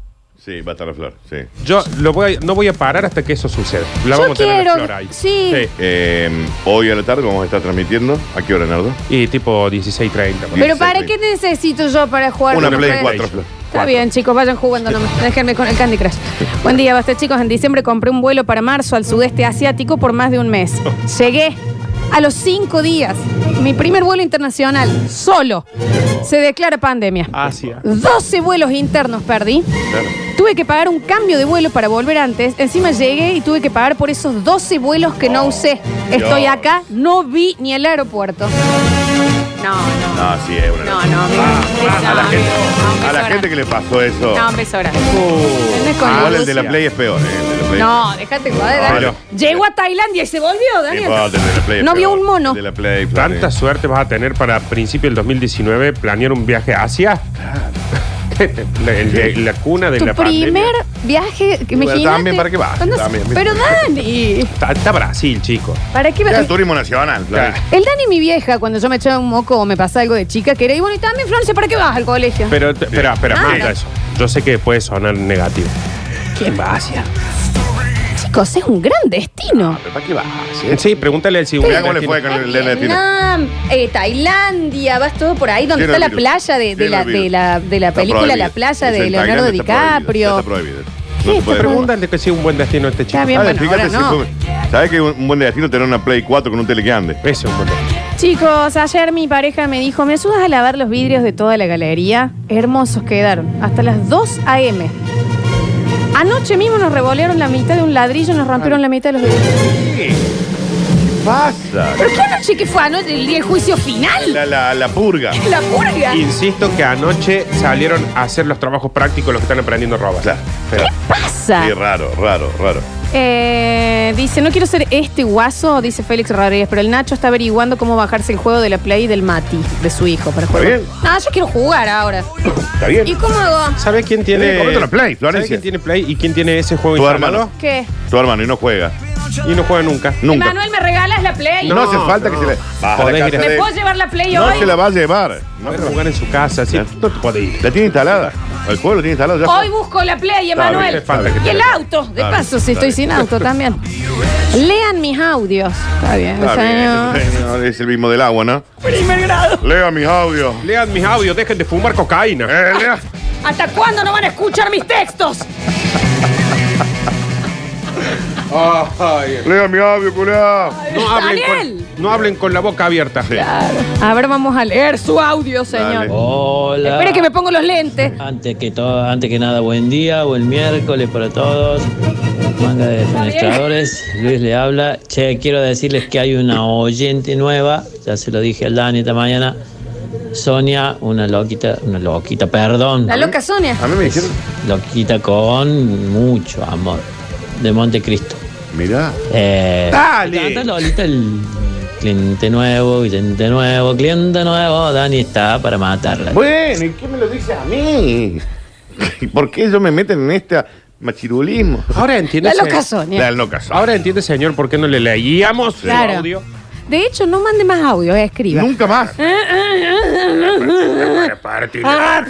[SPEAKER 2] Sí, va a estar la flor. Sí.
[SPEAKER 3] Yo lo voy a- no voy a parar hasta que eso suceda. La
[SPEAKER 1] Yo
[SPEAKER 3] vamos a tener
[SPEAKER 1] quiero-
[SPEAKER 3] la flor ahí.
[SPEAKER 1] sí.
[SPEAKER 2] Eh, hoy a la tarde vamos a estar transmitiendo. ¿A qué hora, Nardo?
[SPEAKER 3] Y tipo 16.30.
[SPEAKER 1] Pero ¿para qué necesito yo para jugar
[SPEAKER 2] Una
[SPEAKER 1] con
[SPEAKER 2] Play
[SPEAKER 1] ustedes?
[SPEAKER 2] 4, Flor.
[SPEAKER 1] Está bien, chicos, vayan jugando nomás. Déjenme con el Candy Crush. Buen día, basta, chicos. En diciembre compré un vuelo para marzo al sudeste asiático por más de un
[SPEAKER 2] [LAUGHS]
[SPEAKER 1] mes. Llegué a los cinco días. Mi primer vuelo internacional, solo. Se declara pandemia.
[SPEAKER 3] Asia.
[SPEAKER 1] 12 vuelos internos perdí. Tuve que pagar un cambio de vuelo para volver antes. Encima llegué y tuve que pagar por esos 12 vuelos que no usé. Estoy
[SPEAKER 2] Oh, Dios.
[SPEAKER 1] acá, no vi ni el aeropuerto. No,
[SPEAKER 2] No, sí, es una. Ah,
[SPEAKER 1] no, no, amigo.
[SPEAKER 2] a la
[SPEAKER 1] No,
[SPEAKER 2] gente,
[SPEAKER 1] amigo.
[SPEAKER 2] a la
[SPEAKER 1] Ahora.
[SPEAKER 2] gente que le pasó eso.
[SPEAKER 1] No, hombre, es hora. ¿Entendés? Con
[SPEAKER 2] Igual el
[SPEAKER 1] Rusia.
[SPEAKER 2] Ah, de la Play es peor, ¿eh? El de la Play.
[SPEAKER 1] No, dejate joder,
[SPEAKER 2] Ah,
[SPEAKER 1] Daniel. Llegó a Tailandia y se volvió,
[SPEAKER 2] Sí,
[SPEAKER 1] Daniel.
[SPEAKER 2] pues, el de la Play es
[SPEAKER 1] No vio
[SPEAKER 2] peor.
[SPEAKER 1] un mono.
[SPEAKER 2] El de la Play, Flor,
[SPEAKER 3] ¿Tanta
[SPEAKER 2] eh.
[SPEAKER 3] suerte vas a tener para principio del 2019 planear un viaje a Asia? la, el de- [LAUGHS] la cuna de
[SPEAKER 1] Tu
[SPEAKER 3] la pandemia.
[SPEAKER 1] primer viaje, que
[SPEAKER 3] Bueno,
[SPEAKER 1] imagínate.
[SPEAKER 3] también, ¿para qué vas?
[SPEAKER 1] ¿Cuándo se-
[SPEAKER 3] También.
[SPEAKER 1] Pero Dani,
[SPEAKER 3] Está, está Brasil, chico.
[SPEAKER 1] ¿para qué
[SPEAKER 2] Ya,
[SPEAKER 1] vas?
[SPEAKER 2] eh. turismo nacional, Flor.
[SPEAKER 1] El Dani, mi vieja, cuando yo me echaba un moco o me pasaba algo de chica, que era, y bueno, y también, Florencia, ¿para qué vas al colegio? Ah,
[SPEAKER 3] Pero, te- espera, espera,
[SPEAKER 1] Nada.
[SPEAKER 3] mira eso. Yo sé que puede sonar negativo.
[SPEAKER 1] ¿Quién va hacia? Chicos, es un gran destino.
[SPEAKER 2] ¿Para qué va?
[SPEAKER 3] Eh, Sí, pregúntale al si
[SPEAKER 2] Mirá cómo le fue con el DNT.
[SPEAKER 1] Vietnam, eh, Tailandia, vas todo por ahí, donde
[SPEAKER 2] Tiene
[SPEAKER 1] está la
[SPEAKER 2] virus.
[SPEAKER 1] playa de, de
[SPEAKER 2] Tiene
[SPEAKER 1] la,
[SPEAKER 2] virus.
[SPEAKER 1] de, la, de la
[SPEAKER 2] Está
[SPEAKER 1] película
[SPEAKER 2] prohibido.
[SPEAKER 1] La playa
[SPEAKER 2] Dice,
[SPEAKER 1] de
[SPEAKER 2] en
[SPEAKER 1] Leonardo
[SPEAKER 2] Tailandia está prohibido,
[SPEAKER 1] DiCaprio.
[SPEAKER 2] Está prohibido. No se puede jugar.
[SPEAKER 3] Pregúntale que sea un buen destino este chico.
[SPEAKER 1] Está bien,
[SPEAKER 2] Dale,
[SPEAKER 1] bueno, ahora
[SPEAKER 2] fíjate si
[SPEAKER 1] no.
[SPEAKER 2] fue- ¿Sabes que es un buen destino tener una Play 4 con un tele que ande?
[SPEAKER 3] Ese es un buen destino.
[SPEAKER 1] Chicos, ayer mi pareja me dijo, ¿me ayudas a lavar los vidrios de toda la galería? Hermosos quedaron, hasta las 2 a.m. Anoche mismo nos revolearon la mitad de un ladrillo y nos rompieron la mitad de los vidrios.
[SPEAKER 2] ¿Qué pasa?
[SPEAKER 1] ¿Pero qué anoche que fue anoche el, día del juicio final?
[SPEAKER 2] La, la, la purga.
[SPEAKER 1] La purga.
[SPEAKER 3] Insisto que anoche salieron a hacer los trabajos prácticos los que están aprendiendo robas.
[SPEAKER 2] Pero-
[SPEAKER 1] pasa?
[SPEAKER 2] Sí, raro, raro, raro.
[SPEAKER 1] Eh, dice, no quiero ser este guaso, dice Félix Rodríguez, pero el Nacho está averiguando cómo bajarse el juego de la Play del Mati, de su hijo, para jugar.
[SPEAKER 3] bien.
[SPEAKER 1] No, yo quiero jugar ahora.
[SPEAKER 2] Está
[SPEAKER 1] ¿Y cómo hago?
[SPEAKER 3] ¿Sabes quién
[SPEAKER 2] Tenés que
[SPEAKER 3] tiene.
[SPEAKER 2] comprarte una Play, Florencia.
[SPEAKER 3] ¿Sabes quién tiene Play y quién tiene ese juego
[SPEAKER 2] Tu
[SPEAKER 3] instalado?
[SPEAKER 2] hermano.
[SPEAKER 1] ¿Qué?
[SPEAKER 2] Tu hermano y no juega.
[SPEAKER 3] Y no juega nunca.
[SPEAKER 2] Nunca.
[SPEAKER 1] Manuel, ¿me regalas la Play?
[SPEAKER 2] No, hace falta que se le. Baja
[SPEAKER 3] Podés
[SPEAKER 2] la
[SPEAKER 3] ir
[SPEAKER 2] casa
[SPEAKER 3] a-
[SPEAKER 1] ¿Me
[SPEAKER 2] de-
[SPEAKER 1] puedo llevar la Play
[SPEAKER 2] No
[SPEAKER 1] hoy?
[SPEAKER 2] se la va a llevar. No ¿eh?
[SPEAKER 3] Puede jugar en su casa, sí. No te puede ir.
[SPEAKER 2] La tiene instalada. El juego lo tiene instalado ya.
[SPEAKER 1] Hoy busco la Play,
[SPEAKER 2] Está bien,
[SPEAKER 1] Emanuel.
[SPEAKER 2] está bien.
[SPEAKER 1] Y el auto, de
[SPEAKER 2] Está
[SPEAKER 1] paso,
[SPEAKER 2] bien, está
[SPEAKER 1] si estoy
[SPEAKER 2] bien.
[SPEAKER 1] sin auto también. Lean mis audios. Está bien,
[SPEAKER 2] Está
[SPEAKER 1] señor.
[SPEAKER 2] bien, señor, Es el mismo del agua, ¿no?
[SPEAKER 1] Primer grado.
[SPEAKER 2] Lea mis audios.
[SPEAKER 3] Lean mis audios, dejen de fumar cocaína.
[SPEAKER 1] ¿Hasta cuándo no van a escuchar mis textos?
[SPEAKER 2] Lea mis audios, culiao.
[SPEAKER 3] no, hablen
[SPEAKER 1] Daniel.
[SPEAKER 3] con, no hablen con la boca abierta.
[SPEAKER 1] A ver, vamos a leer su audio, señor.
[SPEAKER 16] Hola.
[SPEAKER 1] Espere que me pongo los lentes.
[SPEAKER 16] Antes que todo, antes que nada, buen día, buen miércoles para todos. Manga de defenestradores, Luis le habla. Che, quiero decirles que hay una oyente nueva, ya se lo dije al Dani esta mañana. Sonia, una loquita, una loquita, perdón.
[SPEAKER 1] La loca Sonia.
[SPEAKER 2] A mí me dijeron.
[SPEAKER 16] Loquita con mucho amor. De Montecristo.
[SPEAKER 2] Mirá.
[SPEAKER 16] Eh,
[SPEAKER 3] Dale.
[SPEAKER 16] canta Lolita el cliente nuevo, cliente nuevo, cliente nuevo. Dani está para matarla.
[SPEAKER 2] Bueno, ¿y qué me lo dice a mí? [LAUGHS] ¿Y ¿Por qué ellos me meten en este machirulismo?
[SPEAKER 3] Ahora entiendes.
[SPEAKER 1] La loca Sonia.
[SPEAKER 2] La loca Sonia.
[SPEAKER 3] Ahora entiende, señor, por qué no le leíamos su
[SPEAKER 1] Claro.
[SPEAKER 3] audio.
[SPEAKER 1] De hecho, no mande más audio, eh, escriba.
[SPEAKER 2] Nunca [LAUGHS] más.
[SPEAKER 1] Ah.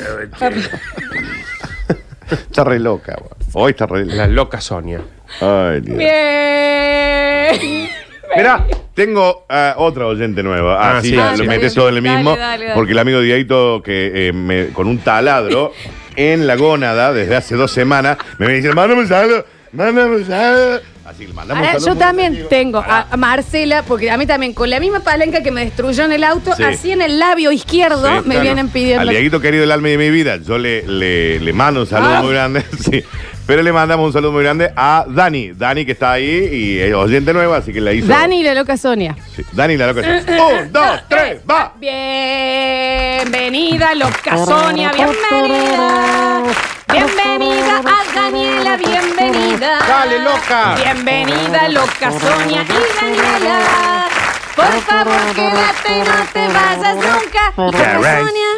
[SPEAKER 2] Está re loca, güey. Hoy está re
[SPEAKER 3] La loca Sonia.
[SPEAKER 2] Ay, Dios.
[SPEAKER 1] [LAUGHS] Bien.
[SPEAKER 2] Mirá, tengo ah, otra oyente nueva.
[SPEAKER 3] Ah,
[SPEAKER 2] Así
[SPEAKER 3] sí,
[SPEAKER 2] la-
[SPEAKER 3] sí.
[SPEAKER 2] lo
[SPEAKER 3] Dale,
[SPEAKER 2] metes todo en el
[SPEAKER 1] dale,
[SPEAKER 2] mismo.
[SPEAKER 1] dale, dale.
[SPEAKER 2] Porque el amigo Dieguito, que eh, me- con un taladro en la gónada desde hace dos semanas, me dice: Mándame un saludo, mándame un saludo. Así que le mandamos
[SPEAKER 1] Ahora,
[SPEAKER 2] un saludo.
[SPEAKER 1] yo también tengo a a Marcela, porque a mí también, con la misma palanca que me destruyó en el auto,
[SPEAKER 2] Sí.
[SPEAKER 1] así en el labio izquierdo
[SPEAKER 2] Sí,
[SPEAKER 1] me
[SPEAKER 2] claro.
[SPEAKER 1] vienen pidiendo.
[SPEAKER 2] Al Dieguito querido del alma y de mi vida, yo le, le, le mando un saludo
[SPEAKER 1] Ah.
[SPEAKER 2] muy grande. [LAUGHS] sí. Pero le mandamos un saludo muy grande a Dani. Dani que está ahí y es oyente nueva, así que la hizo.
[SPEAKER 1] Dani y la loca Sonia.
[SPEAKER 2] Sí, Dani la
[SPEAKER 1] [LAUGHS]
[SPEAKER 2] loca. un, dos, tres, va.
[SPEAKER 1] Bienvenida, loca Sonia, bienvenida. Bienvenida a Daniela, bienvenida.
[SPEAKER 3] Dale, loca.
[SPEAKER 1] Bienvenida, loca Sonia y Daniela. Por favor, quédate, no te vayas nunca. Y
[SPEAKER 2] Correcto.
[SPEAKER 1] loca Sonia